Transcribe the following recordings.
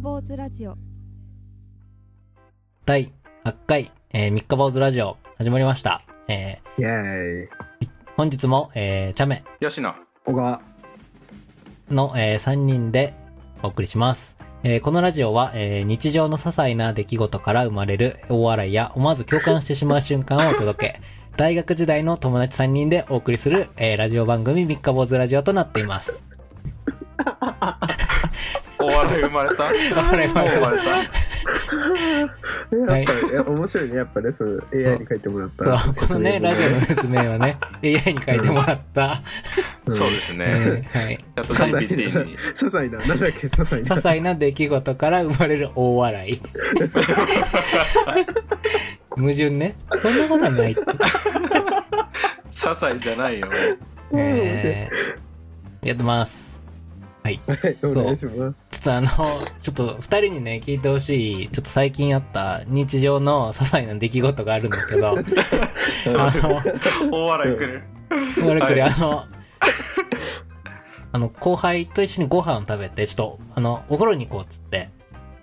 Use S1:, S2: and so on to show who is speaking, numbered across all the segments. S1: 坊主ラジオ
S2: 第8回、えー、三日坊主ラジオ始まりました。え
S3: イェーイ。
S2: ー本日も、えー、チャメ
S4: 吉野
S3: 小川。
S2: の、え3人でお送りします。えーこのラジオは、えー日常の些細な出来事から生まれる大笑いや思わず共感してしまう瞬間をお届け、 大学時代の友達3人でお送りする、えーラジオ番組三日坊主ラジオとなっています。
S4: お笑い生 まれた
S2: 笑い生まれた
S4: もう生まれ
S2: はい
S3: やっぱり、いや面白いね、やっぱね、その AI に書いてもらっ
S2: そう
S3: た説
S2: この
S3: 明文
S2: ね、
S3: ね。
S2: ラジオの説明はね、AI に書いてもらった、
S4: たそうですね
S2: えー はい。
S4: チャット GPT に
S3: 些細な、なんだっけ、些細
S2: 些
S3: な。
S2: 細な出来事から生まれる大笑い矛盾ねそんなことはないって、
S4: 些細じゃないよ
S3: うん
S2: えーやってます
S3: はい、お願いします。
S2: ちょっとあのちょっと2人にね聞いてほしいちょっと最近あった日常の些細な出来事があるんですけどあの
S4: ちょっと待って大笑いくる
S2: 俺これ
S4: は
S2: あの あの後輩と一緒にご飯を食べてちょっとあのお風呂に行こうっつって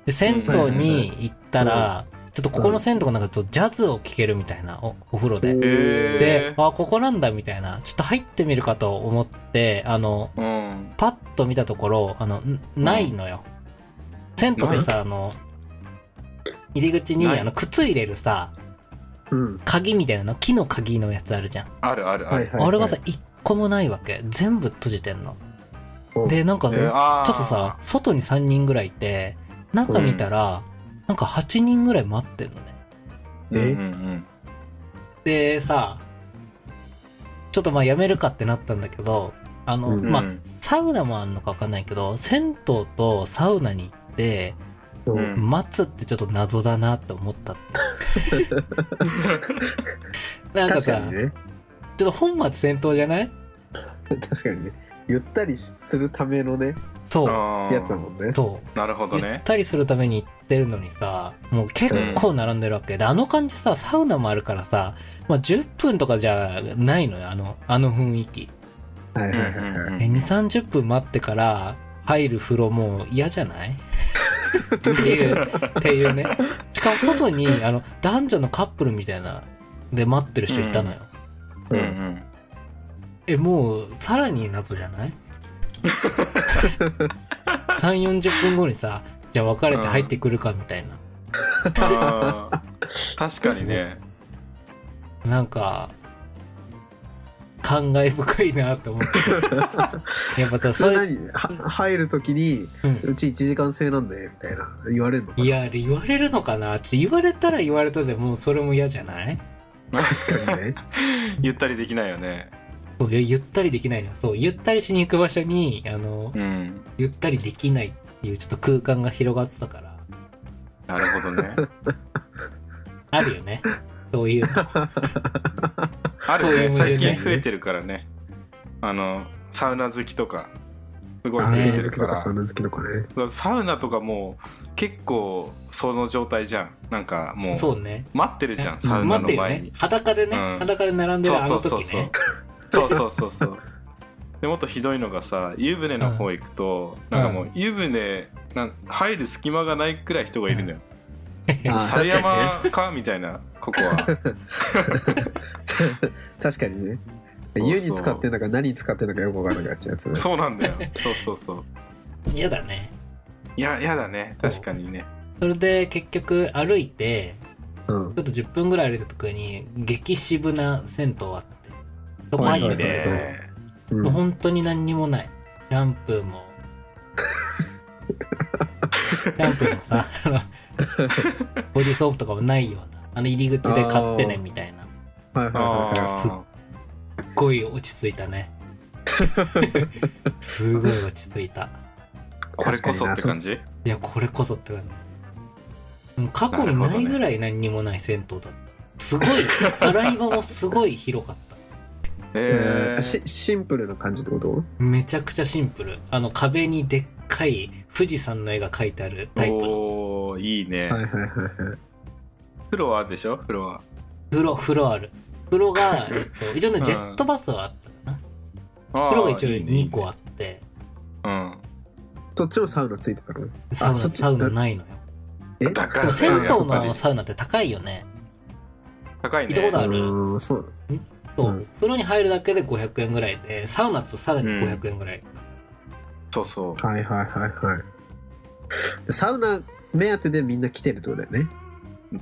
S2: で銭湯に行った
S3: はい
S2: らちょっとここの銭湯がなんかちょっとジャズを聴けるみたいなおお風呂でで
S4: へえ、
S2: あ、ここなんだみたいな、ちょっと入ってみるかと思って、あの、
S4: うん
S2: パッと見たところ、あの、んないのよ。銭湯でさ、あの、入り口に、
S4: ない
S2: あの、靴入れるさ、
S3: うん。
S2: 鍵みたいなの、木の鍵のやつあるじゃん。
S4: あるあるあ
S3: はい
S4: る
S3: はいはい。
S2: あれがさ、一個もないわけ。全部閉じてんの。
S3: お、
S2: で、なんか、
S4: え
S2: ち
S4: ー
S2: ょっ
S4: あー
S2: とさ、外に3人ぐらいいて、中見たら、なんか8人ぐらい待ってるのね。
S4: うんうん
S2: でさちょっとまあやめるかってなったんだけどあの、
S3: うん
S2: まあ
S4: うん
S2: サウナもあんのか分かんないけど銭湯とサウナに行って
S3: そう
S4: うん
S2: 待つってちょっと謎だなって思ったって なんか
S3: 確
S2: さ
S3: かにね。
S2: ちょっと本末転倒じゃない
S3: 確かにね。ゆったりするためのね、
S2: そううん
S3: やつだもんね。
S2: そう
S4: なるほど
S2: ゆっ
S4: ね
S2: たりするために行ってるのにさもう結構並んでるわけであの感じさサウナもあるからさ、まあ、10分とかじゃないのよあのあの雰囲気
S3: はい
S4: うんう
S3: はいはいはい。
S4: んう
S2: え
S4: ん
S2: 2 3 0分待ってから入る風呂もう嫌じゃない っていうっていうねしかも外にあの男女のカップルみたいなで待ってる人いたのよ、
S4: うんうん
S2: えもうさらに謎じゃ ない3 4 0分後にさじゃあ別れて入ってくるかみたいな、
S4: あー確かにね
S2: なんか感慨深いなと思って やっぱさ
S3: そ
S2: そう
S3: れ
S2: いう、
S3: 何は入るときに、
S2: うん
S3: うち1時間制なんで、みたいな、言われるのかない
S2: や言われるのかなって言われたら言われたでもうそれも嫌じゃない
S3: 確かにね。
S4: ゆったりできないよね
S2: そうゆゆったりできないのよそうゆったりしに行く場所にあの
S4: うん
S2: ゆったりできないっていうちょっと空間が広がってたから
S4: なるほどね
S2: あるよねそう いうの
S4: あ
S2: そうい
S4: る
S2: う矛盾
S4: ね
S2: ね
S4: 最近増えてるからねあのサウナ好きとかすごい
S3: あ
S4: 増え
S3: の
S4: て
S3: 好
S4: る
S3: きと
S4: か
S3: からサウナ好きとかね。
S4: サウナとかもう結構その状態じゃんなんかもう
S2: そうね
S4: 待ってるじゃん
S3: ね
S4: サウ
S2: 待っ
S4: ナの
S2: てるよ
S4: 前
S2: ね
S4: に、
S2: 裸でね、
S4: うん
S2: 裸で並んで
S4: そ
S2: る
S4: う
S2: あ
S4: そ
S2: の
S4: うそう
S2: 時
S4: そう、
S2: ね
S4: そうそうそうそうでもっとひどいのがさ湯船の方行くと、
S2: うん
S4: なんかもう湯船なん入る隙間がないくらい人がいるのよ、
S3: あー
S4: 猿
S3: 確か
S4: 山かみたいなここは
S3: 確かにね
S4: そう
S3: 湯に使ってんだか何に使ってんだかよくわからなくなっちゃうやつね
S4: そうなんだよそうそうそう
S2: 嫌だね
S4: いややだね確かにね
S2: それで結局歩いて
S3: うん
S2: ちょっと10分ぐらい歩いた時に激渋な銭湯あってそこ入
S4: い
S2: っ
S4: い
S2: たんだけど
S4: ね
S3: うん
S2: もう本当に何にもないシャンプーもシャンプーもさあのボディーソープとかもないようなあの入り口で買ってね
S3: あー
S2: みたいな
S3: はいはいはい
S4: あ
S3: は
S2: すっ
S4: あ
S2: すっごい落ち着いたねすごい落ち着いた
S4: これこそって感じ
S2: いやこれこそって感じもう過去にないぐらい何にもない銭湯だったすごい洗い場もすごい広かった
S3: いえー
S4: えー
S3: しシンプルな感じってこと
S2: めちゃくちゃシンプルあの壁にでっかい富士山の絵が描いてあるタイプの
S4: おーいいね、
S3: はいはいはいはい
S4: フロアでしょフロア
S2: 風呂風呂ある風呂が、えっ と、一応ね
S4: うん
S2: ジェットバスはあったかな
S4: あー
S2: 風呂が一応
S4: いいねいいね
S2: 2個あって
S4: うん
S3: そっちもサウナついてたの
S2: サウナ
S3: そっち
S2: サウナないのよ
S3: え
S4: だ
S2: で
S4: か
S2: も
S4: ら
S2: 銭湯
S4: やっぱり
S2: のサウナって高いよね
S4: 高いね
S2: 行ったことある
S3: うーんそう
S2: そう、
S3: うん
S2: 風呂に入るだけで500円ぐらいでサウナだとさらに
S4: うん
S2: 500円ぐらい、
S4: そうそう
S3: はいはいはいはいでサウナ目当てでみんな来てるってことだよね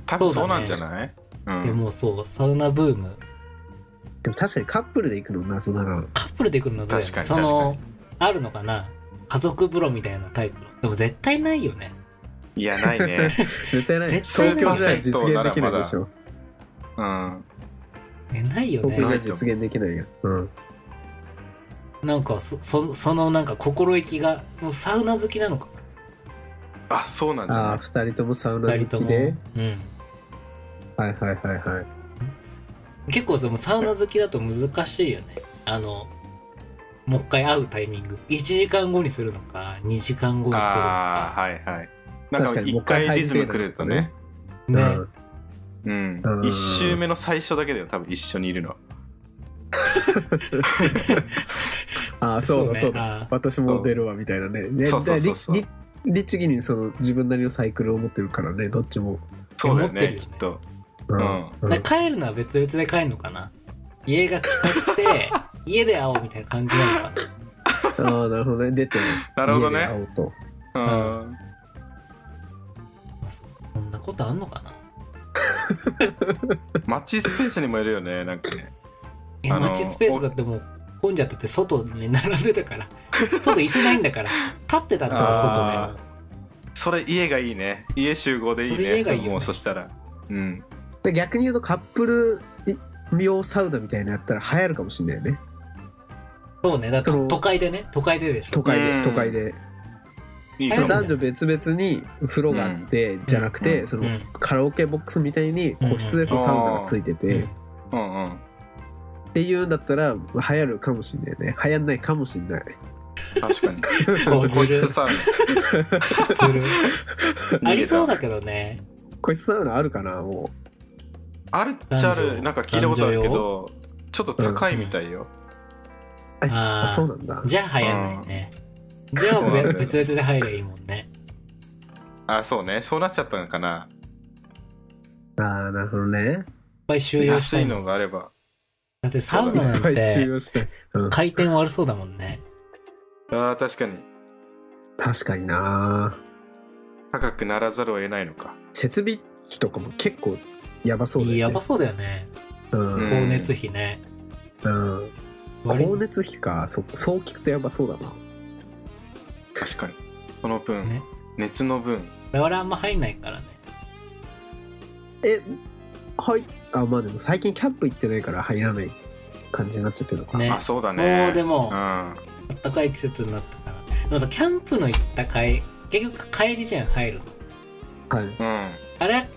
S4: 多分そうなんじゃないうん
S2: でもうそうサウナブーム
S3: でも確かにカップルで行くの謎だな
S2: カップルで来るのどうや
S4: 確かに
S2: そのあるのかな家族風呂みたいなタイプのでも絶対ないよね
S4: いやないね
S3: 絶対ない
S2: 絶対
S3: 東
S2: ない
S3: 京じゃ実現できないでしょ
S4: うん
S2: えないよ
S3: 東京
S2: ね
S3: じゃ実現できないよ、うん、
S2: なんかそそそのなんか心意気がもうサウナ好きなのか
S4: あそうなんじ
S3: ああ
S4: ゃ
S3: 2人ともサウ
S2: 2
S3: ナ好
S2: 人と
S3: き
S2: も、
S3: で
S2: うん、
S3: はいはいはいはい
S2: 結構そのサウナ好きだと難しいよねあのもう一回会うタイミング1時間後にするのか2時間後にするの
S4: ないあ
S2: か
S4: あはいはいなん
S3: 確
S4: か
S3: かにも
S4: 一
S3: う一回
S4: 回リズムくるとね
S2: ね、
S3: うん
S4: うん
S3: うん
S4: 一周目の最初だけだよ多分一緒にいるの
S3: ああそうだそうだ
S2: だ
S3: 私も出るわみたいなねね
S4: そうそうそうそう
S3: だからりり律儀にその自分なりのサイクルを持ってるからねどっちも、
S4: そうだよ
S2: 持って
S4: ね
S2: るよね
S4: きっと
S3: う
S4: うん
S2: だから帰るのは別々で帰るのかな家が近くて 家で会おうみたいな感じなのか
S3: ああなるほどね出て
S4: なるほどね
S3: 家で会おうと
S4: うん
S2: なそんなことあんのかな
S4: マッチスペースにもよるよねなんかね
S2: え
S4: あの
S2: マッチスペースだってもう混んじゃってて外に並んでた から外椅子ないんだから立ってたんだから
S4: あ
S2: 外で
S4: それ家がいいね家集合でいい
S2: それ
S4: ね
S2: 家がいいよね
S4: もうそしたらうん
S3: で逆に言うとカップル用サウナみたいなのやったら流行るかもしんないよね
S2: そうねだか
S3: そ
S2: ら
S3: の
S2: 都会でね都会ででし
S3: 都
S2: ょ
S3: 会
S4: う
S3: で
S4: ん
S3: 都会で
S4: いい
S2: うん
S4: か
S3: 男女別々に風呂があって、じゃなくて、
S4: うん
S3: そうの
S2: ん
S3: カラオケボックスみたいに個室でこう
S4: うん
S3: サウナがついてて、
S2: うん
S4: もうんうん
S3: っていうんだったら流行るかもしんないよね流行んないかもしんない
S4: 確かに
S2: こう
S4: 個
S2: ずる
S4: 室サウ
S2: ず る
S4: ナ
S2: ありそうだ
S4: け
S2: けどね
S3: 個室サウナあるかなも
S4: あるっちゃあ
S2: 男女
S4: るなんか聞いたことあるけどちょっと高いみたいよ
S3: えう
S2: あ
S3: あそうなんだ
S2: あじゃあ流行んないねじゃあ
S4: そうなんだよ
S2: 別々で入りゃいいもんね
S4: あそうねそうなっちゃったのかな
S3: ああなるほどね
S2: いっぱい収容し
S4: 安
S2: た
S4: い
S2: いの
S4: のがあれば
S2: だってサウナないん
S3: っぱい収
S2: て
S3: 容したい、うん、
S2: 回転悪そうだもんね
S4: あー確かに
S3: 確かにな
S4: 高くならざるを得ないのか
S3: 設備費とかも結構やばそうだよね
S2: やばそうだよね
S3: うん
S4: うん
S2: 光熱費ね
S3: うん
S2: 割
S3: 光熱費かそそう聞くとやばそうだな
S4: 確かにその分、
S2: ね
S4: 熱の分
S2: 我々あんま入んないからね
S3: えはいあまあでも最近キャンプ行ってないから入らない感じになっちゃってるのかな、
S2: ね
S4: あそうだね
S2: もうでも
S4: うん
S2: あったかい季節になったからでもさキャンプの行った帰結局帰りじゃん入るの
S3: はい
S4: うん
S2: あれ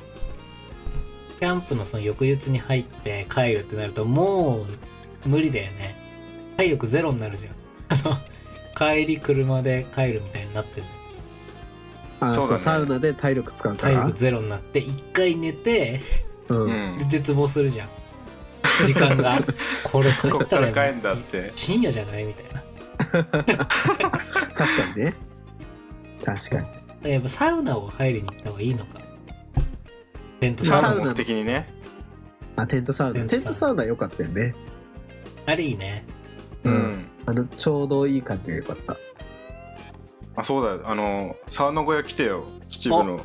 S2: キャンプのその翌日に入って帰るってなるともう無理だよね体力ゼロになるじゃん あの帰り車で帰るみたいになってる
S3: あそ
S4: そ
S3: うう、
S4: だね
S3: サウナで体力使うか
S2: 体
S3: ら
S2: 力ゼロになって一回寝て
S3: う、
S4: うんん
S2: で絶望するじゃん時間 がこれ帰
S4: こ
S2: っ
S4: ったから
S2: ら
S4: 帰んだって
S2: 深夜じゃないみたいな
S3: 確かにね確かに
S2: やっぱサウナを入りに行った方がいいのかテントサウ
S4: サ
S2: ナ
S4: ウナ目的にね
S3: あテントサウナ
S2: テ
S3: テ
S2: ン
S3: ン
S2: ト
S3: ト
S2: サ
S3: サウナ良かったよね
S2: あれいいね
S4: う、
S3: うんんあのちょうどいい感じが良かった
S4: あそうだよあのサウナ小屋来てよ秩父の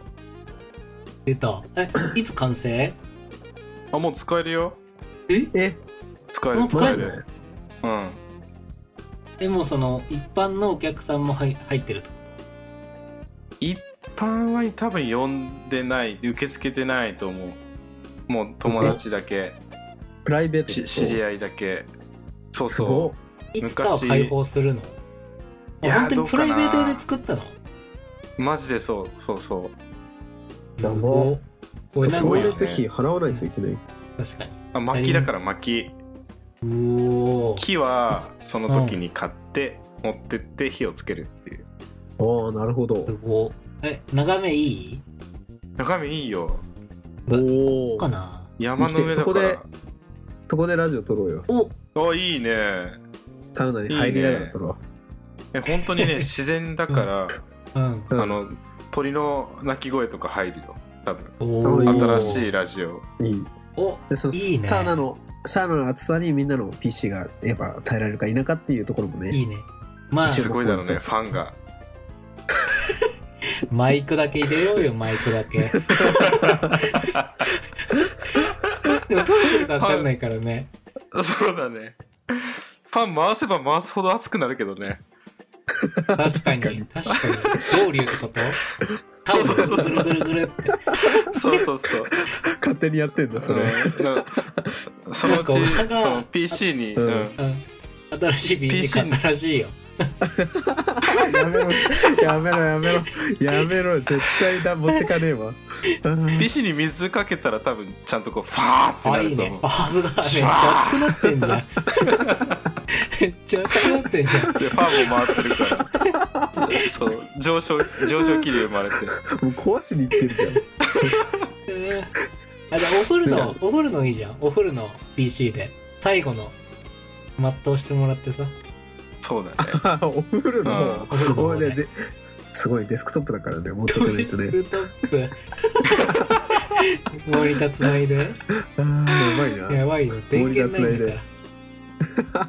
S2: 出たえいつ完成
S4: あもう使えるよ
S3: え
S4: 使え
S2: もう
S4: る
S2: 使
S4: 使
S2: え
S4: え
S2: る
S4: るうん
S2: えもうその一般のお客さんも入入ってると
S4: 一般は多分呼んでない受け付けてないと思うもう友達だけ
S3: プライベート
S4: し知り
S3: 合い
S4: 合いだけそう
S3: す
S4: そ
S3: ご
S2: いつかは開放するの
S4: いや
S2: 本当に
S4: どう
S2: プ
S4: か
S2: ラ
S4: な
S2: イベートで作ったの
S4: うマジでそうそうそう
S3: すごい
S2: ごい
S3: い
S2: な
S4: す
S2: んか
S4: ごい
S3: 光
S4: よね
S3: 熱費払わないといけない
S2: 確かに
S4: あ薪だから薪
S2: うおー
S4: 木はその時に買って持ってって火をつけるっていう
S3: ああなるほど
S2: すごいえ眺めいい
S4: 中身いいよ
S3: お
S2: どう
S3: お
S2: かな
S4: 山の上だか
S3: 見て
S4: ら
S3: そそこでラジオ撮ろうよ
S2: お
S4: あいいね
S3: サウナに入りながら撮ろう
S4: え本当に ね自然だから、
S2: うん。
S3: うん
S4: あの鳥の鳴き声とか入るよ多分
S2: お
S3: ー
S4: 新
S2: い。
S4: しいラジオ
S3: いい
S2: お
S3: でその
S2: いいね
S3: サウナのサウナの暑さにみんなの PC がやっぱ耐えられるか否かっていうところもね
S2: いいね。まあ、
S3: 一
S4: す
S3: 緒
S4: ごいだろうね
S3: うん
S4: ファンが
S2: マイクだけ入れようよ、マイク だけ。でも、どういうかわかんないからね。
S4: そうだねパン回せば回すほど熱くなるけど ね
S2: 確かに、確
S3: 確
S2: か
S3: か
S2: に
S3: に。
S2: ロウリュってこと
S4: そうそうそう
S2: タオルぐるぐるぐるって。
S4: そうそうそう
S3: 勝手にやってんだそれ、
S4: うんなんかそのうち
S2: なんか
S4: その PC に、
S3: うん
S4: うん
S2: うん。新しい BG 買
S4: PC
S2: ったらしいよ。
S3: やめろやめろやめろやめろ絶対だ持ってかねえ わうん
S4: PC に水かけたら多分ちゃんとこうファーって
S2: あ、
S4: ないる
S2: い
S4: と思
S2: ね
S4: う。
S2: バーズがめっちゃ熱くなってんじゃん。めっちゃ熱くなってんじゃん。
S4: でファーも回ってるからそう上昇上昇気流生まれて
S3: もう壊しにいってるじゃん
S2: うんあ、じゃあお風呂の、お風呂のいいじゃん。お風呂の PC で。最後の、全うしてもらってさ。
S4: そうだね
S3: あお風呂の
S4: う
S3: 方
S4: ん
S2: お風呂の
S3: お
S2: 方
S3: い
S2: で
S3: ねですごいデスクトップだからね持ってかないと
S2: デス
S3: ね
S2: クト ップ。モニタつないで。
S3: あーやばいな
S2: やばいよ。電源ないんだから。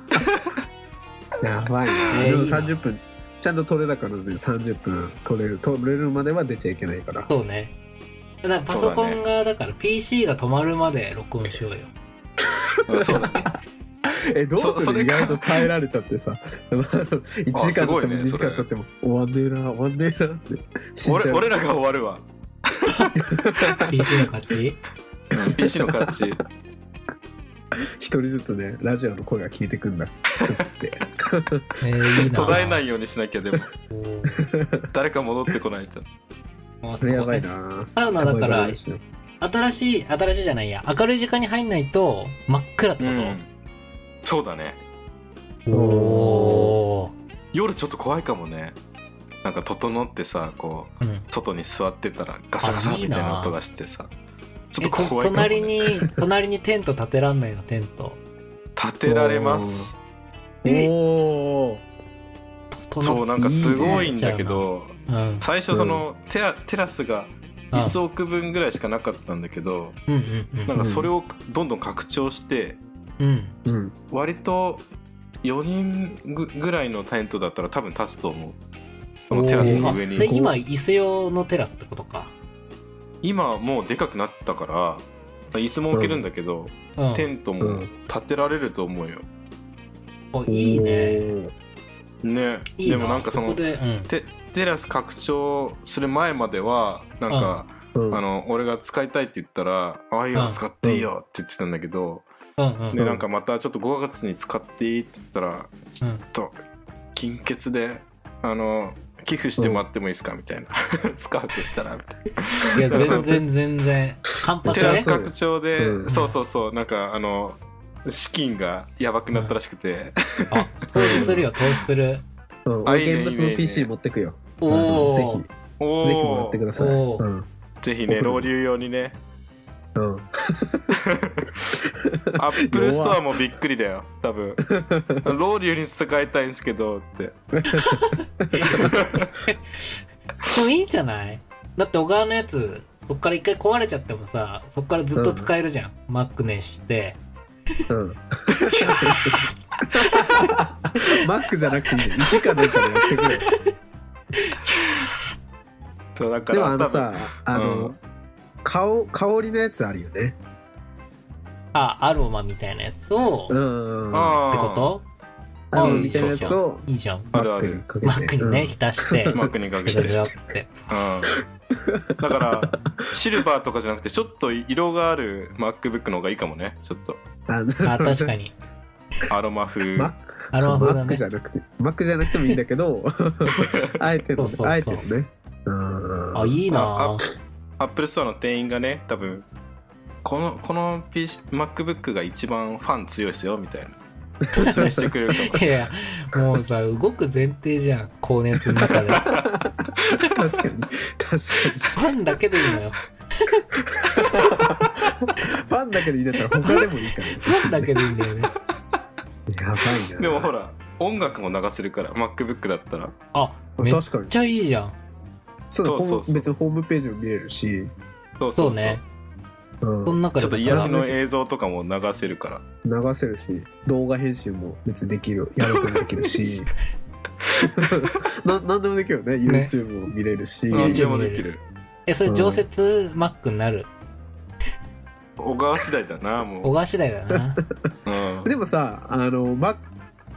S3: やばいな、
S2: えー
S3: でも
S2: いいな
S3: 30分ちゃんと取れだからね30分取れる取れるまでは出ちゃいけないから
S2: そうね。だからパソコンが、だから PC が止まるまで録音しようよ。
S4: うんそうだね
S3: えどう
S4: そ
S3: す
S4: そ
S3: る
S4: れ
S3: 意
S4: か
S3: 外と耐えられちゃってさ1時間
S4: す
S3: 経っ
S4: ご
S3: て
S4: い
S3: も
S4: ね
S3: 2時間
S4: それ
S3: 経っても終わんねえな終わんねえなって 死んじ
S4: 俺
S3: ゃう
S4: 俺らが終わるわ
S2: PC の勝ち。
S4: うん PC の勝 ち
S3: 一人ずつねラジオの声が聞いてくんだずっ って
S2: えー、いいな。
S4: 途絶えないようにしなきゃでも
S2: おー。
S4: 誰か戻ってこないと
S2: もう
S3: そ
S2: す
S3: れ
S2: ご
S3: やばいな
S2: サウナだから
S3: すごい話よ
S2: 新しい、新しいじゃないや。明るい時間に入んないと真っ暗って
S4: そうだね
S2: こと、
S3: お
S2: お
S4: 夜ちょっと怖いかもねなんか整ってさこ
S2: ー。うん。
S4: う外に座ってたらガサガサ
S2: あいい
S4: み
S2: な
S4: たいな音がしてさちょ
S2: え
S4: っと
S2: と
S4: 怖いかも、
S2: 隣
S4: ね、
S2: に、隣にテント立てらんないの、テント。
S4: 立てられます
S3: おお
S2: と
S4: そうなんかすごいんだけど
S2: うん。うん
S4: 最初そのテラテラスが1億分ぐらいしかなかったんだけど
S2: うんうん
S4: なんかそれをどんどん拡張して
S2: うん。うん。
S3: うん
S4: 割と4人ぐぐらいのテントだったら多分立つと思うこのテラスの
S2: おーあ
S4: 上
S2: それ
S4: に
S2: 今、伊勢用のテラスってことか。
S4: 今もうでかくなったから椅子も置けるんだけど、
S2: うん。
S4: テント
S3: う
S4: も
S3: ん
S4: 立てられると思うよ、
S2: おいいね。
S4: ね
S2: いいな
S4: でもなんかその
S2: こで、うん、
S4: テテラス拡張する前まではなんか、
S3: うん
S4: あの俺が使いたいって言ったら「ああいいよ
S2: うん
S4: 使っていいよ」って言ってたんだけど、
S2: うんうん
S4: でなんかまたちょっと5月に使っていいって言ったら
S2: うん
S4: 「と金欠であの寄付してもらってもいいですか」みたいな 使うとしたら
S2: いや全然全然カンパス
S4: テラ
S2: ね
S4: ス拡張で、
S3: うん
S4: そうそうそうなんかあの資金がやばくなったらしくて、
S2: あ投資するよ投資する
S3: うん
S4: あ
S3: 俺
S4: いいね
S3: 現物の PC 持ってくよ
S2: お
S3: うん
S2: お
S3: ぜひぜ
S4: おー
S3: ひもらってください
S2: お
S3: う
S2: ー
S3: ん
S4: ぜひね
S3: 送る
S4: 老流用にね
S3: うん
S4: アップルストアもびっくりだよ多 分老流に使いたいんですけどって
S2: でもいいんじゃないだって小川のやつそっから一回壊れちゃってもさそっからずっと使えるじゃん、マック熱して
S3: うんマックじゃなくていいんだよ石かなんかでやってくれ
S4: そうだか
S3: でも
S4: ら
S3: あのさあ
S4: う
S3: の
S4: ん
S3: 香香りのやつあるよね
S2: あアロマみたいなやつを、
S3: う
S2: っ
S3: ん
S4: 多分あー
S2: てこと
S3: あの
S2: うん
S3: みたいなやつを
S2: いいじゃん
S4: あ
S3: マ
S4: る
S3: ッ
S4: あ
S3: ク
S4: る
S3: にか
S2: マッ
S3: けて
S2: クにね、
S3: うん
S2: 浸して
S4: マックにかけ
S2: ベ
S4: て
S2: ラベラっつって
S4: うん、だからシルバーとかじゃなくてちょっと色がある MacBook の方がいいかもねちょっと
S3: あなるほど
S2: あ確かに
S4: アロマ風
S3: マック
S2: アロマ風だ
S3: マック
S2: ね
S3: じゃなくてマックじゃなくてもいいんだけ どあえてのね
S2: そうそうそう
S3: あえてのねうん
S2: あいいな
S4: あアップルストアの店員がね多分このこの PC MacBook が一番ファン強いですよみたいなおすすめしてくれるかも
S2: い
S4: しれない
S2: やもうさ動く前提じゃん高熱の中で
S3: 確かに確かに
S2: ファンだけでいいのよ
S3: ファンだけでいいんだったら他でもいいから
S2: ファンだけでいいんだよね
S3: やばいな
S4: でもほら音楽も流せるから MacBook だったら
S2: あめっ
S3: 確かに
S2: ちゃいいじゃん
S3: そうだ
S4: そうそうそう
S3: 別にホームページも見れるし、
S4: そう
S2: そ
S4: そう
S2: うね
S3: うん
S2: その中
S4: ち
S2: で
S4: ょっと
S2: も
S4: 癒しの映像とかも流せるから
S3: 流せるし動画編集も別にできるやることもできる しな何でもできるよね YouTube も見れるし、
S4: 何で
S2: YouTube
S4: もできる
S2: えそれ常設 Mac になる
S4: 小川次第だなもう
S2: 小川次第だ な
S4: うん
S3: でもさあの、ま、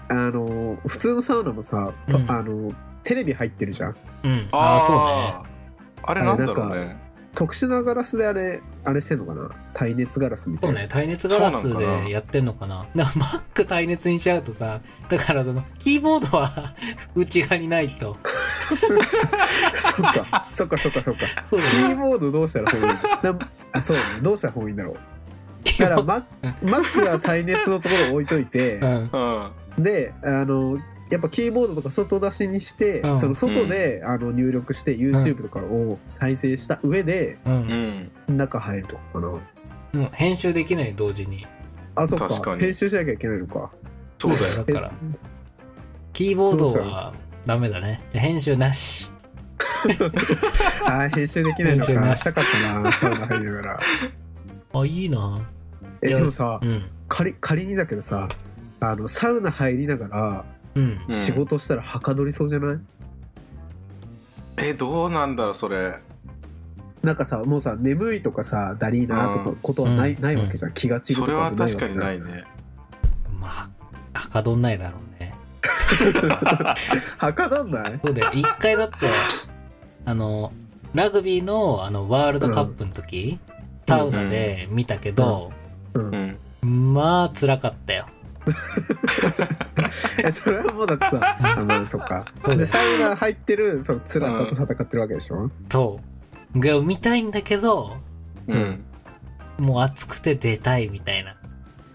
S3: あの普通のサウナもさ、パ
S2: うん
S3: あのテレビ入ってるじゃん
S2: うんあ
S4: あ
S2: あ
S4: あ
S2: そうね
S4: そうねあれなんだろうね
S3: 特殊なガラスであれあれしてんのかな耐熱ガラスみ
S2: そ
S3: たいうな
S2: ね、耐熱ガラ
S4: そ
S2: ス
S4: うなんかな
S2: でやってんのかな。だから Mac 耐熱にしちゃうとさ、だからその、キーボードは 内側にないと。
S3: そっかそっかそっかそっか
S2: そう
S3: キ
S2: だ
S3: ー
S2: ね。
S3: ボードどうしたら本位なあそうねどうしたら本位だろうだからママックは耐熱のところを置いといて
S2: うん。
S4: うん
S3: であのやっぱキーボードとか外出しにして、
S2: うん
S3: その外で、あの入力して YouTube とかを再生した上で
S2: う。
S4: うんん
S3: 中入るとかかな
S2: でも編集できない、同時に。
S3: あそっか
S4: 確かに
S3: 編集しなきゃいけないのか
S4: そうだ
S2: だか
S4: よ
S2: ら、キーボードはダメだね。じゃあ編集なし。
S3: あー編集できないの
S2: 編集
S3: か
S2: ね
S3: したかったなサウナ入りながら
S2: あ、いいな
S3: え
S2: いや
S3: でもさ
S2: うん。
S3: 仮仮にだけどさあのサウナ入りながら
S2: うん。
S3: 仕事したらはかどりそうじゃない、
S4: えどうなんだろうそれ
S3: なんかさもうさ眠いとかさだりーなーと
S4: う
S3: かことはない,、
S2: うん
S3: ないわけじゃん気が散ると
S4: そ
S3: か
S4: れ
S3: も
S4: は
S3: ないわけ
S4: 確
S3: じゃ
S4: か
S3: ん
S4: にないね
S2: まあ、はかどんないだろうね。
S3: はかどんない
S2: そうだよ。一回だって、あの、ラグビーのあのワールドカップの時、サウナで見たけど、
S4: うん
S2: まあ、辛かったよ。
S3: えそれはもうだって さあまあそっか
S2: そうだ
S3: で
S2: よ
S3: サウナ入ってるその辛さと戦ってるわけでしょ、
S2: そう。が見たいんだけど、
S4: うん
S2: もう暑くて出たいみたいな。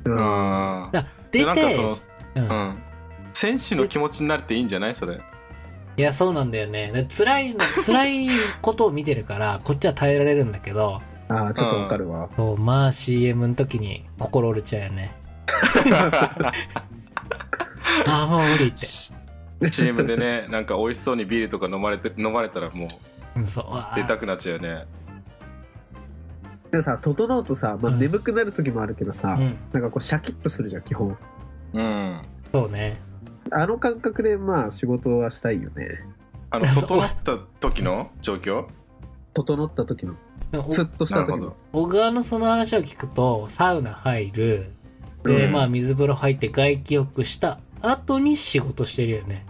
S3: うん
S4: あー
S2: だ出
S4: なん
S2: て、
S4: かそ
S2: うん
S4: のうん選手の気持ちになれていいんじゃない それ
S2: いや、そうなんだよね。で辛 いの、辛いことを見てるから、こっちは耐えられるんだけど、
S3: ああちょっとわかるわ、
S2: そうまあ CM の時に心折れちゃうよ ね。ああ、もう無理って。
S4: CM でねなんか美味しそうにビールとか飲まれて飲まれたらもう
S2: うんそう。あ
S4: 出たくなっちゃうよね
S3: でもさ整うとさ、まあ、
S2: うん
S3: 眠くなる時もあるけどさ、
S2: うん。
S3: なんかこうシャキッとするじゃん基本
S4: うん
S2: そうね。
S3: あの感覚でまあ仕事はしたいよね
S4: あの整った時の状況
S3: 整った時の
S2: でも
S3: スッとし
S4: な
S3: た
S4: るほ
S3: 時の
S4: ど
S2: 小川のその話を聞くと、サウナ入る。で、
S4: うん
S2: まあ水風呂入って外気浴した後に仕事してるよね。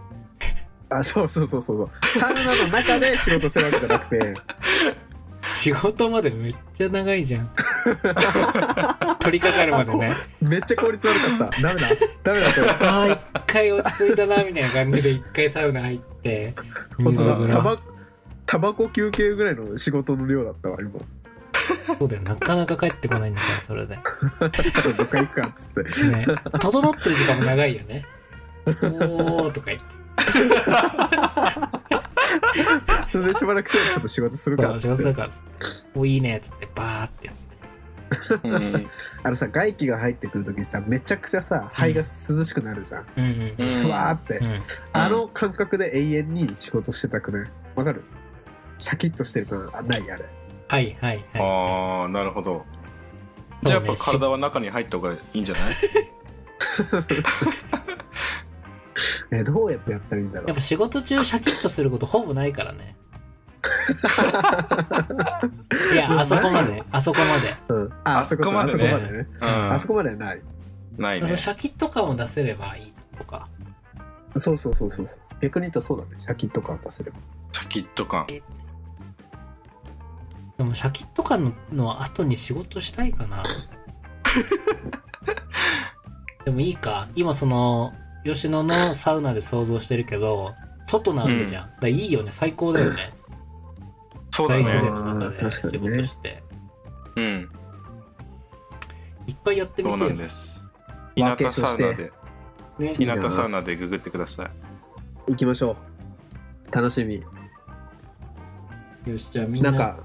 S3: あそうそうそうそうそうサウナの中で仕事してるわけじゃなくて
S2: 仕事までめっちゃ長いじ ゃん取り掛かるまでね
S3: めっちゃ効率悪かったダメだダメだこれ
S2: あー一回落ち着いたなみたいな感じで一回サウナ入って
S3: 本
S2: 水
S3: 当
S2: 風
S3: だタ
S2: 呂
S3: バタバコ休憩ぐらいの仕事の量だったわ今
S2: そうだよなかなか帰ってこないんだからそれで、ね、
S3: どっか行くかっつって
S2: 整ってる時間も長いよねおーとか言って
S3: それでしばらくしてちょっと仕事する
S2: そ
S3: か
S2: う
S3: っ
S2: 仕
S3: つっ
S2: 事す
S3: て
S2: るからっつっておいいねっつってバーってやって
S4: うん
S3: あのさ外気が入ってくる時にさめちゃくちゃさ肺が涼しくなるじゃん、
S2: うんうん
S4: うん
S3: スワーって、
S2: うん
S3: あの感覚で永遠に仕事してたくないわかるシャキッとしてるからあないあれ
S2: はいはいは
S4: ああなるほど
S2: い
S4: じゃあや
S2: そう
S4: っ
S2: ね
S4: ぱ体は中に入った方がいいんじゃない
S3: えどうやってやったらいいんだろ
S2: やっぱ仕事中シャキッとすることほぼないからねいやあそこまであそこまで
S3: う、うん、あ
S4: あそこまで
S3: あそ
S4: ね
S3: こまでね あそこまではない
S4: うんない
S2: そ
S4: ね
S2: のシャキッと感を出せればいいとか。
S3: そうそうそうそうそう逆に言ったらそうだねシャキッと感出せれば
S4: シャキッと感
S2: でもシャキッと感のの後に仕事したいかな。でもいいか。今その、吉野のサウナで想像してるけど、外なわけじゃん。だからいいよね。最高だよね。
S4: そうだ
S2: 大
S4: ね
S2: 自然の中で仕
S3: 確かにね
S2: 事して。
S4: うん
S2: 一回やってみ
S4: そう
S2: て
S4: な
S2: よ
S4: ん
S2: ね。
S4: です日
S3: ワーケー
S4: 向
S3: ション
S4: サ
S3: し
S4: ウ
S3: て
S4: ナで
S2: ね
S4: 日向サウナでググってください
S3: 行きましょう楽しみ
S2: よし、じゃあみん
S3: な
S2: な。
S3: んか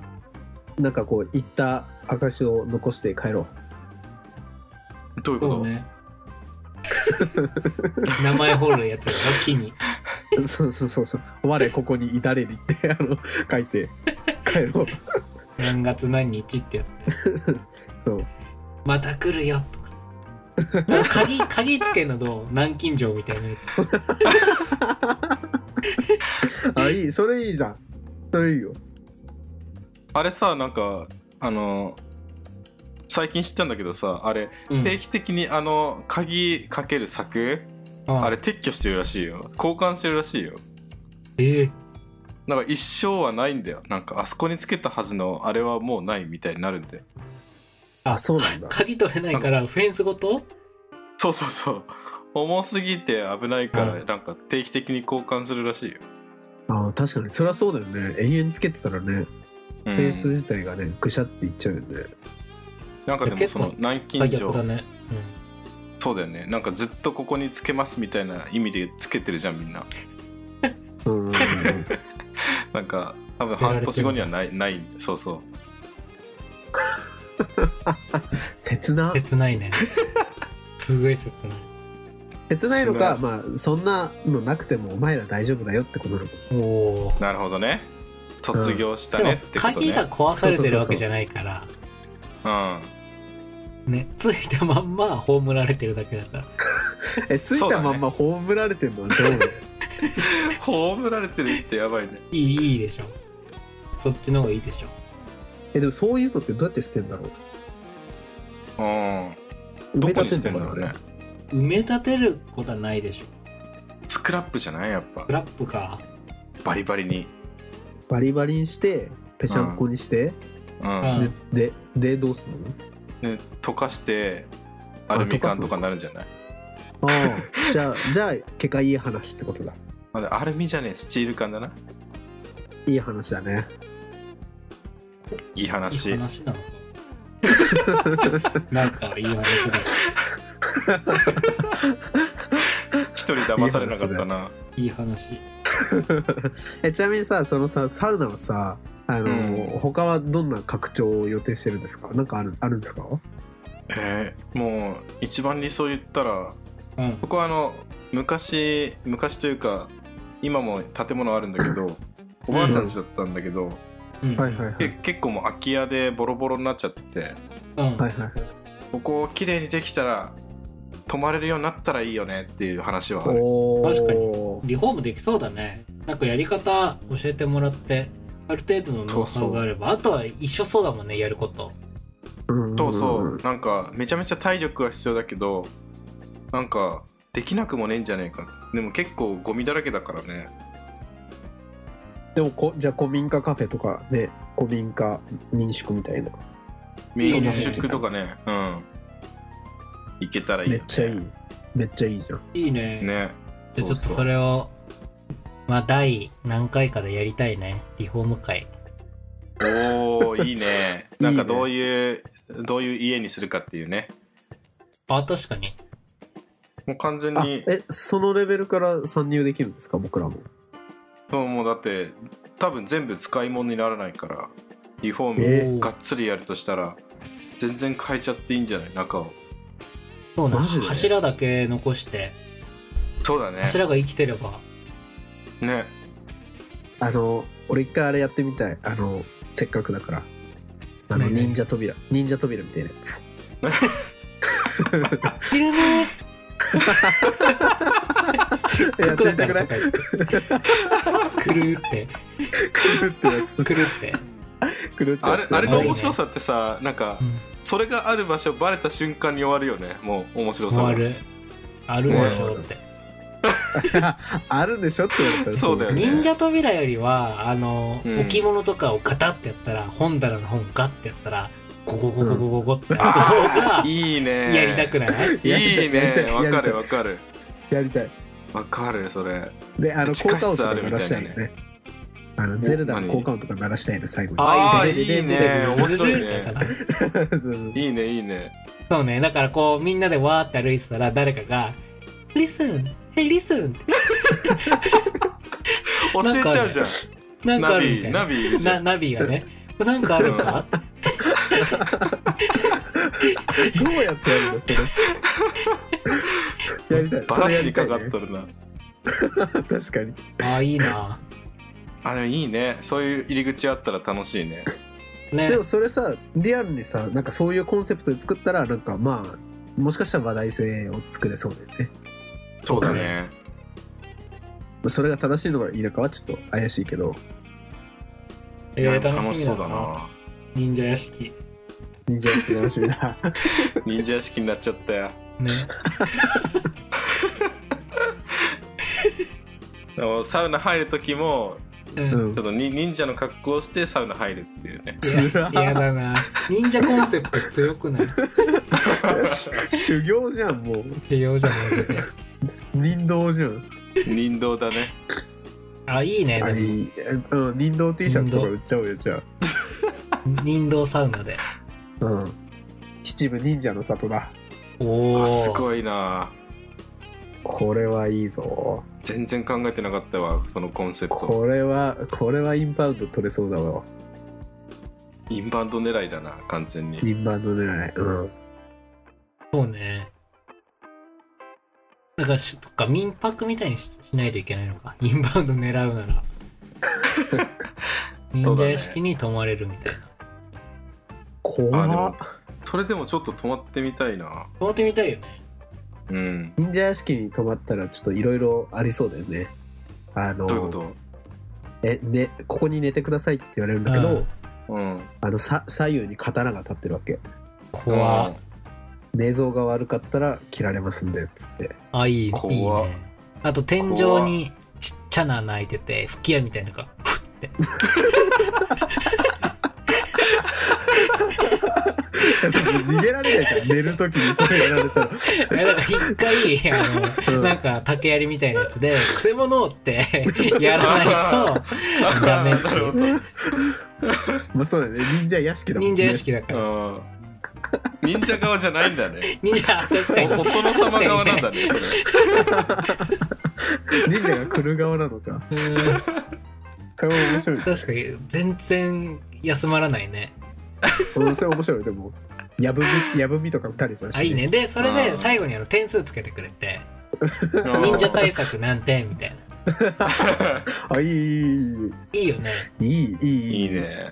S3: なんかこう行った証を残して帰ろう
S4: どういうこ
S2: そう
S4: と
S2: ね。名前掘るやつですね木に
S3: そうそうそうそう我ここに至れりってあの書いて帰ろう
S2: 何月何日ってやって
S3: そう
S2: また来るよとかなんか鍵鍵つけんのどう南京錠みたいなやつ
S3: あいいそれいいじゃんそれいいよ
S4: あれさなんかあの最近知ったんだけどさあれ
S2: うん
S4: 定期的にあの鍵かける柵、あれ撤去してるらしいよ交換してるらしいよ
S2: ええ
S4: なんか一生はないんだよなんかあそこにつけたはずのあれはもうないみたいになるんで
S3: あそうなんだ
S2: 鍵取れないからフェンスごと
S4: そうそうそう重すぎて危ないから、なんか定期的に交換するらしいよ、
S3: あ確かにそりゃそうだよね永遠つけてたらね
S4: うん
S3: ベース自体がねぐしゃっていっちゃうよ ね
S4: なんかでもその
S2: 結構
S4: 南
S2: 最
S4: 京
S2: 悪だ
S4: 錠
S2: ね、
S4: そうだよねなんかずっとここにつけますみたいな意味でつけてるじゃんみんな
S3: うんうんうんうん
S4: なんか多分半年後にはないないそうそう
S3: 切
S2: う
S3: な
S2: ん、切ないねすごい切ない
S3: 切ないのか
S4: 切
S3: まあそんなのなくてもお前ら大丈夫だよってことなのか
S2: おお
S4: なるほどね卒業した
S2: で
S4: ね
S2: も
S4: ってこと
S2: 鍵
S4: ね、
S2: が壊されてるわけじゃないから
S4: うん
S2: ねついたまんま葬られてるだけだから
S3: えついたまんま葬られてんのはどう なの
S4: 葬られてるってやばいね
S2: いいいいでしょそっちの方がいいでしょ
S3: えでもそういうのってどうやって捨てんだろ
S4: う
S3: うん埋
S4: ど
S3: め
S4: こに
S3: 立
S4: して
S3: ん
S4: てん
S3: の
S4: だ
S3: かな
S4: ろ
S3: あ
S4: う
S3: れ
S2: 埋
S4: ね
S2: め立てることはないでしょ
S4: スクラップじゃないやっぱ
S2: クラップか
S4: バリバリに
S3: バリバリにしてぺしゃんこにして、
S4: うん
S2: うん
S3: でででどうすんの
S4: で溶かしてアルミ缶とかになるんじゃない
S3: ああじゃあ じゃあ結果いい話ってことだ
S4: まだアルミじゃねえスチール缶だない
S3: い話だね
S4: いい
S2: い
S4: 話
S2: い話なの かなんかいい話だし
S4: 一人騙されなかったない
S2: い話
S3: えちなみにさそのさサウナはさあの、
S4: う
S3: 他はどんな拡張を予定してるんですかなんかあるあるんですか
S4: えーもう一番理想言ったら
S2: うん
S4: ここはあの昔昔というか今も建物あるんだけどおばあちゃんちだったんだけど、
S2: うん
S3: はいはいはい
S4: け結構もう空き家でボロボロになっちゃってて
S2: うん
S3: はいはい
S4: ここを綺麗にできたら泊まれるようになったらいいよねっていう話はある
S3: おー
S2: 確かリフォームできそうだねなんかやり方教えてもらってある程度のノウハウがあればあとは一緒そうだもんねやること
S3: うんん
S4: そうそ
S3: ん
S4: うなんかめちゃめちゃ体力が必要だけどなんかできなくもねえんじゃねえかでも結構ゴミだらけだからね
S3: でもこじゃあ古民家カフェとかね古民家民宿みたいな
S4: 民
S2: そうね
S4: 宿とかねうん行けたらいいよ
S3: め
S4: ね
S3: っちゃいいめっちゃいいじゃん
S2: いいね
S4: ね
S2: じゃあちょっとそれをまあ第何回かでやりたいねリフォーム会
S4: おおいいねなんかどういうどういう家にするかっていうね
S2: あ確かに
S4: もう完全
S3: あ
S4: に
S3: えそのレベルから参入できるんですか僕らも
S4: そうもうだって多分全部使い物にならないからリフォ
S3: え
S4: ー
S2: ー
S4: ムがっつりやるとしたら全然変えちゃっていいんじゃない中を
S2: そうね
S3: マジで
S2: 柱だけ残して
S4: そうだね
S2: 柱が生きてれば
S4: ね
S3: あの俺一回あれやってみたいあのせっかくだからあの
S2: 何々
S3: 忍者扉忍者扉みたいなやつ
S2: いるねせっかくだからとか言ってくるーって
S3: くるってやつ
S2: くるって、
S3: くるって
S4: あ
S3: や
S4: れ
S3: つ
S4: あれの面白さってさなんか
S2: うん
S4: それがある場所バレた瞬間に終わるよねもう面白さ
S2: 終
S4: が
S2: わるあるでしょうって
S3: あるんでしょって言われたら
S4: そうだよね
S2: 忍者扉よりはあの、
S4: うん
S2: 置物とかをガタってやったら本棚の本ガッてやったらゴゴゴゴゴゴゴってやった
S4: あ
S2: 方が
S4: ーいいね
S2: やりたくない
S4: いい
S3: やりたいやりた
S4: ね
S3: い
S4: わかる
S3: や
S4: わかる
S3: やりたい
S4: わかるそれ
S3: であの
S4: 地
S3: 効
S4: 下
S3: 果音
S4: 室
S3: と
S4: あ
S3: か
S4: るみ
S3: 鳴ら
S4: たいなね
S3: したいよねあのゼルダの
S4: 何
S3: 効果音とか鳴らしたいの最後に
S4: あー
S3: ででで
S4: いいね面白いね
S2: だから
S3: そうそう
S4: いいねいいね
S2: そうねだからこうみんなでわーって歩いてたら誰かが「Listen! Hey listen!」って
S4: 教え
S2: なん
S4: ち
S2: かあるね
S4: ゃうじゃん
S2: なんか
S4: ナ
S2: あるみた
S4: ビ
S2: い
S4: ナ
S2: な
S4: ビいるじゃ
S2: なんナビがね「なんかあるか?」
S3: どうやってやるのそれやりたい。
S4: バ
S3: そ
S4: ラ
S3: れや
S4: シ
S3: り
S4: に
S3: た
S4: か
S3: い
S4: か
S3: ね
S4: っとるな。
S3: 確かに。
S2: ああ、いいな。
S4: あ、でもいいね。そういう入り口あったら楽しいね。
S2: ね
S3: でも。それさ、リアルにさ、なんかそういうコンセプトで作ったら、なんかまあ、もしかしたら話題性を作れそうだよね。
S4: そうだね。
S3: まあそれが正しいのがいいのかはちょっと怪しい けど、
S2: え
S4: いや
S2: ー、
S4: 楽
S2: 楽し
S4: し
S2: み
S4: そう
S2: だ
S4: だ
S2: な。
S4: な。
S2: 忍者屋敷。
S3: 忍者屋敷楽しみだ。
S4: 忍者屋敷になっちゃったよ。
S2: ね。
S4: でもサウナ入る時
S2: う
S4: も、
S2: ん
S3: う
S4: ちょ
S3: ん
S4: っ。とに忍者の格好をしてサウナ入るってい うね。
S3: つら
S2: いやだな。忍者コンセプト強くない
S3: 修行じゃん、もう。
S2: 需要じゃなくて。
S3: 人道じゃん。
S4: 人道だね。
S2: あ、いいね。
S3: あ
S2: でも
S3: いいうん、人道 T シャツとか売っちゃおうよ、じゃ
S2: 人道サウナで。
S3: あ。うん。秩父忍者の里だ。
S2: お
S4: あ
S2: お。
S4: すごいな。
S3: これはいいぞ。
S4: 全然考えてなかったわ、そのコンセプト。
S3: これは、これはインバウンド取れそうだわ。
S4: インバウンド狙いだな、完全に。
S3: インバウンド狙い。うん。
S2: そうね。だからし、とか民泊みたいにししないといけないのか。インバウンド狙うなら。忍者屋敷に泊まれるみたいな。
S3: 怖っ。
S4: それでもちょっと泊まってみたいな。
S2: 泊まってみたいよね。
S4: うん。
S3: 忍者屋敷に泊まったら、ちょっといろいろありそうだよね。あの、
S4: どういうこ
S3: え、ね、ここに寝てくださいって言われるんだけど、
S2: うん
S4: とうん。
S3: あの、さ左右に刀が立ってるわけ。
S2: 怖、
S4: うん
S3: 寝相が悪かったら切られますんで、つって。
S2: あ、いい。いい
S4: 怖
S2: ね。あと、天井にちっちゃな穴開いてて、吹き矢みたいなのが、ふって。
S3: 逃げられないから寝るときにそれやられたら
S2: えだから一 回、あの、なんか竹槍みたいなやつで、くせ者って やらないとダメって
S4: なる
S2: い
S4: ほ
S2: う。
S3: まあそうだね忍者屋敷 だも
S2: 忍
S3: んね
S2: 者屋敷だから。
S4: ど。うん。忍者側じゃないんだね。
S2: 忍者、確 かに。
S4: お殿様側なんだね、それ。
S3: 忍者が来る側なのか
S2: うん
S3: それも面白い、ね、
S2: 確かに全然休まらないね
S3: うんそれ面白いでもやぶみやぶみとか打たれそうだし、
S2: あいいねでそれ
S4: う
S2: で
S4: ん
S2: 最後にあの点数つけてくれて
S4: うん
S2: 忍者対策何点みたいな
S3: あいい
S2: いいよね
S3: いいいいいい
S4: いいね。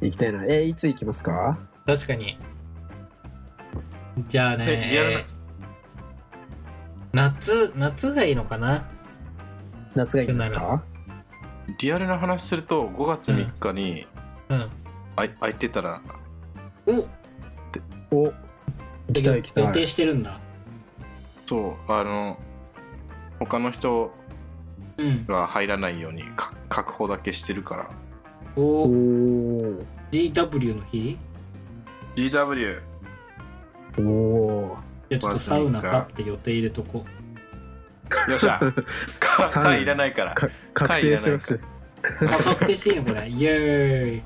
S3: 行きたいなえいつ行きますか
S2: 確かにじゃあね
S4: えやらな
S2: 夏夏がいいのかな
S3: 夏が行きますか
S4: リアルな話すると、5月3日に、
S2: うん
S4: あい空いてたら、
S2: お行
S3: お行きたい行き
S2: 予
S3: た
S2: 定
S3: い
S2: してるんだ
S4: そう、あの、他の人
S2: うん
S4: が入らないようにか確保だけしてるから。
S3: お
S2: お
S3: ー
S2: GW の日
S4: GW、
S3: お
S2: じゃあちょっとサウナかって予定入れとこ
S4: よっしゃ。か、
S3: サウナ
S4: かいらないから
S3: ー。か確定しました
S2: うあ確定していいの これイエーイ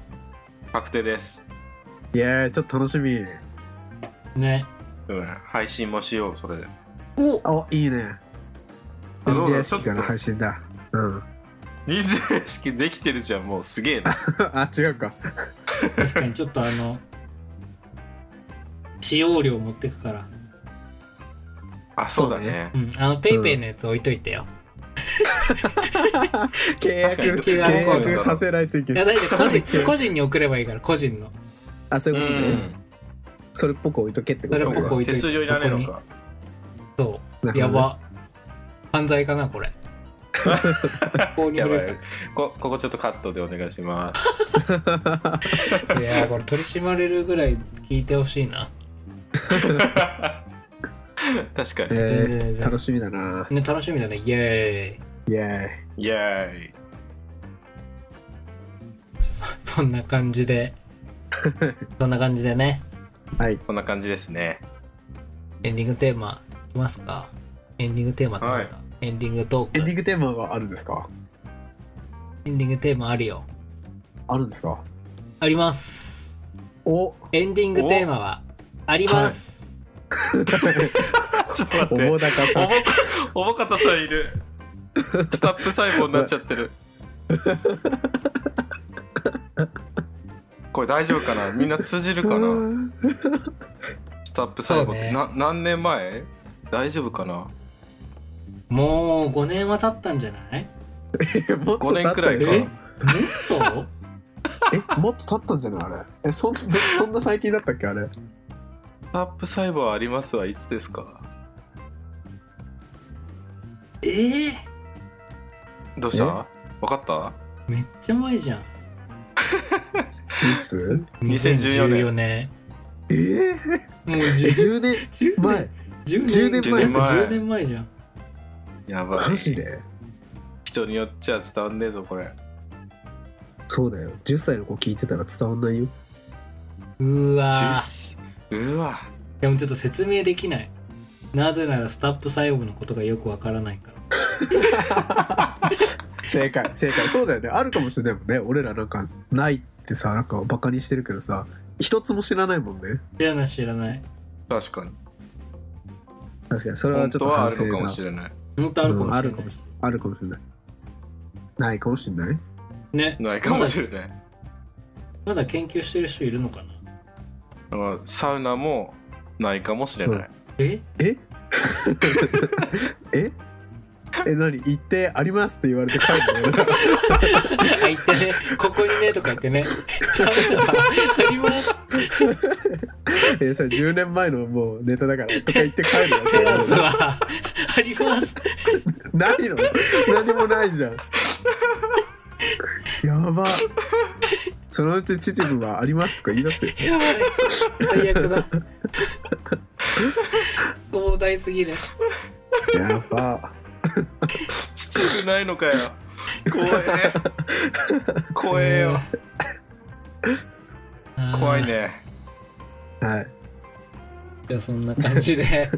S4: 確定です。
S3: いやーちょっと楽しみ
S2: ね
S4: うん。配信もしよう、それで。
S3: おあいいね
S4: あどうだ
S3: 忍者屋敷から
S4: ちょっと
S3: の配信だうん
S4: 忍者屋敷できてるじゃん、もうすげえな。
S3: あ違うか
S2: 確かにちょっとあの使用量持ってくから
S4: あ、そうだ
S3: そう
S4: ね
S2: う。んあのペイペイのやつ置いといてよ、
S3: 契約
S4: 確
S2: かに
S3: 契約させないといけ
S2: い
S3: な
S2: や
S3: い
S2: だいたい個人 個人に送ればいいから個人の
S3: あそう
S4: う
S3: いうことね、
S4: ん。
S3: それっぽく置いとけってこ
S2: そ
S3: と
S2: れっぽく置いといて
S4: 手数料いらねえのか。
S2: そ
S3: な
S2: う
S3: る
S2: や
S3: ほどね
S2: ば犯罪かな これ法に
S4: や
S2: 触
S4: ば
S2: れ
S4: い。こ、ここちょっとカットでお願いします。
S2: たらいやこれ取り締まれるぐらい聞いてほしいな、
S4: 確かに。
S2: 全然
S3: え
S2: 全
S3: ー、
S2: 然
S3: 楽しみだな
S2: ね、楽しみだねイエーイ
S3: イエ
S4: イェーイ。
S2: そんな感じ でそんな感じでね
S3: ーイはい
S4: こんな感じですね。
S2: エンディングテーマいきますかエンディングテーマってなんだ、エンディングトーク
S3: エンディングテーマがあるんですか
S2: エンディングテーマあるよ
S3: あるんですか
S2: あります
S3: お
S2: エンディングテーマはあります、
S4: ちょっと待
S3: お
S4: って
S3: も。だか
S4: おぼ
S3: さん、
S4: おぼか たさんいる。スタップ細胞になっちゃってる。これ大丈夫かなみんな通じるかな
S3: うん
S4: スタップ最後って、
S2: そうね
S4: な何年前大丈夫かな
S2: もう5年は経ったんじゃないん
S3: もっと
S4: 5年くらい
S3: 経ったよ
S4: か
S2: え
S3: ね
S2: と
S3: えもっと経ったんじゃないあれえそんそんな最近だったっけあれ
S4: スタップサイバーありますはいつですか
S2: えー
S4: どうしたわかった
S2: めっちゃ前じゃん
S3: いつ
S4: 2014年
S2: 年
S3: えー、
S2: もう
S3: え
S2: 10
S3: 10年
S2: 年
S3: 前
S2: 10
S3: 10
S2: 年
S3: 年
S2: 前
S3: 前
S2: 10年前じゃん
S4: やば
S3: マ
S4: い
S3: ジで
S4: 人によっちゃ伝わんねえぞこれ
S3: そうだよ10歳の子聞いてたら伝わんないよ
S2: うわ
S4: 10
S2: ー
S4: すうわ
S2: でもちょっと説明できないなぜならスタップ細胞のことがよくわからないから
S3: 正解正解そうだよねあるかもしれないもんね俺らなんかないってさなんかバカにしてるけどさ一つも知らないもんね
S2: 知らない知らない
S4: 確かに
S3: 確かにそれは
S4: 本
S3: ちょっと
S4: 当はあ
S3: 反
S4: る
S3: 省
S4: のか
S3: が
S4: もしれない
S2: 本当あるかもしれない、
S3: うんあるかもしあるかもしれないないかもしれない
S2: ね
S4: ないかもしれない、
S2: まだ研究してる人いるのかな
S4: あのサウナもないかもしれない、
S2: え
S3: え ええ何行ってありますって言われて帰るの
S2: あ言ってねここにねとか言ってねサウナはあります
S3: えそれ10年前のもうネタだからとか言って帰る
S2: テラス
S3: の
S2: はあります
S3: ないの何もないじゃ んやばそのうち秩父はありますとか言い出すよ
S2: やばい最悪だ壮大すぎる
S3: やば
S4: 秩父ないのかよ怖え怖えよ
S2: あー
S4: 怖いね
S3: はい
S2: じゃあそんな感じで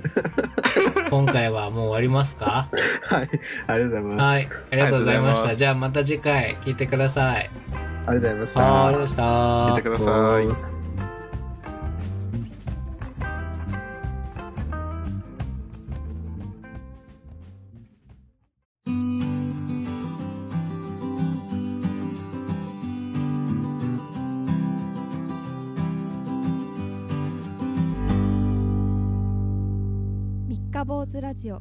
S2: 今回はもう終わりますか
S3: はいありがとうございます、
S2: はいありがとうございまし
S4: あ
S2: た
S4: りがとうございます
S2: じゃあまた次回聞いてください
S3: ありがとうございまし
S2: あーあ
S3: た
S2: りがとうございました
S4: 聞いてください
S1: 三日坊主ラジオ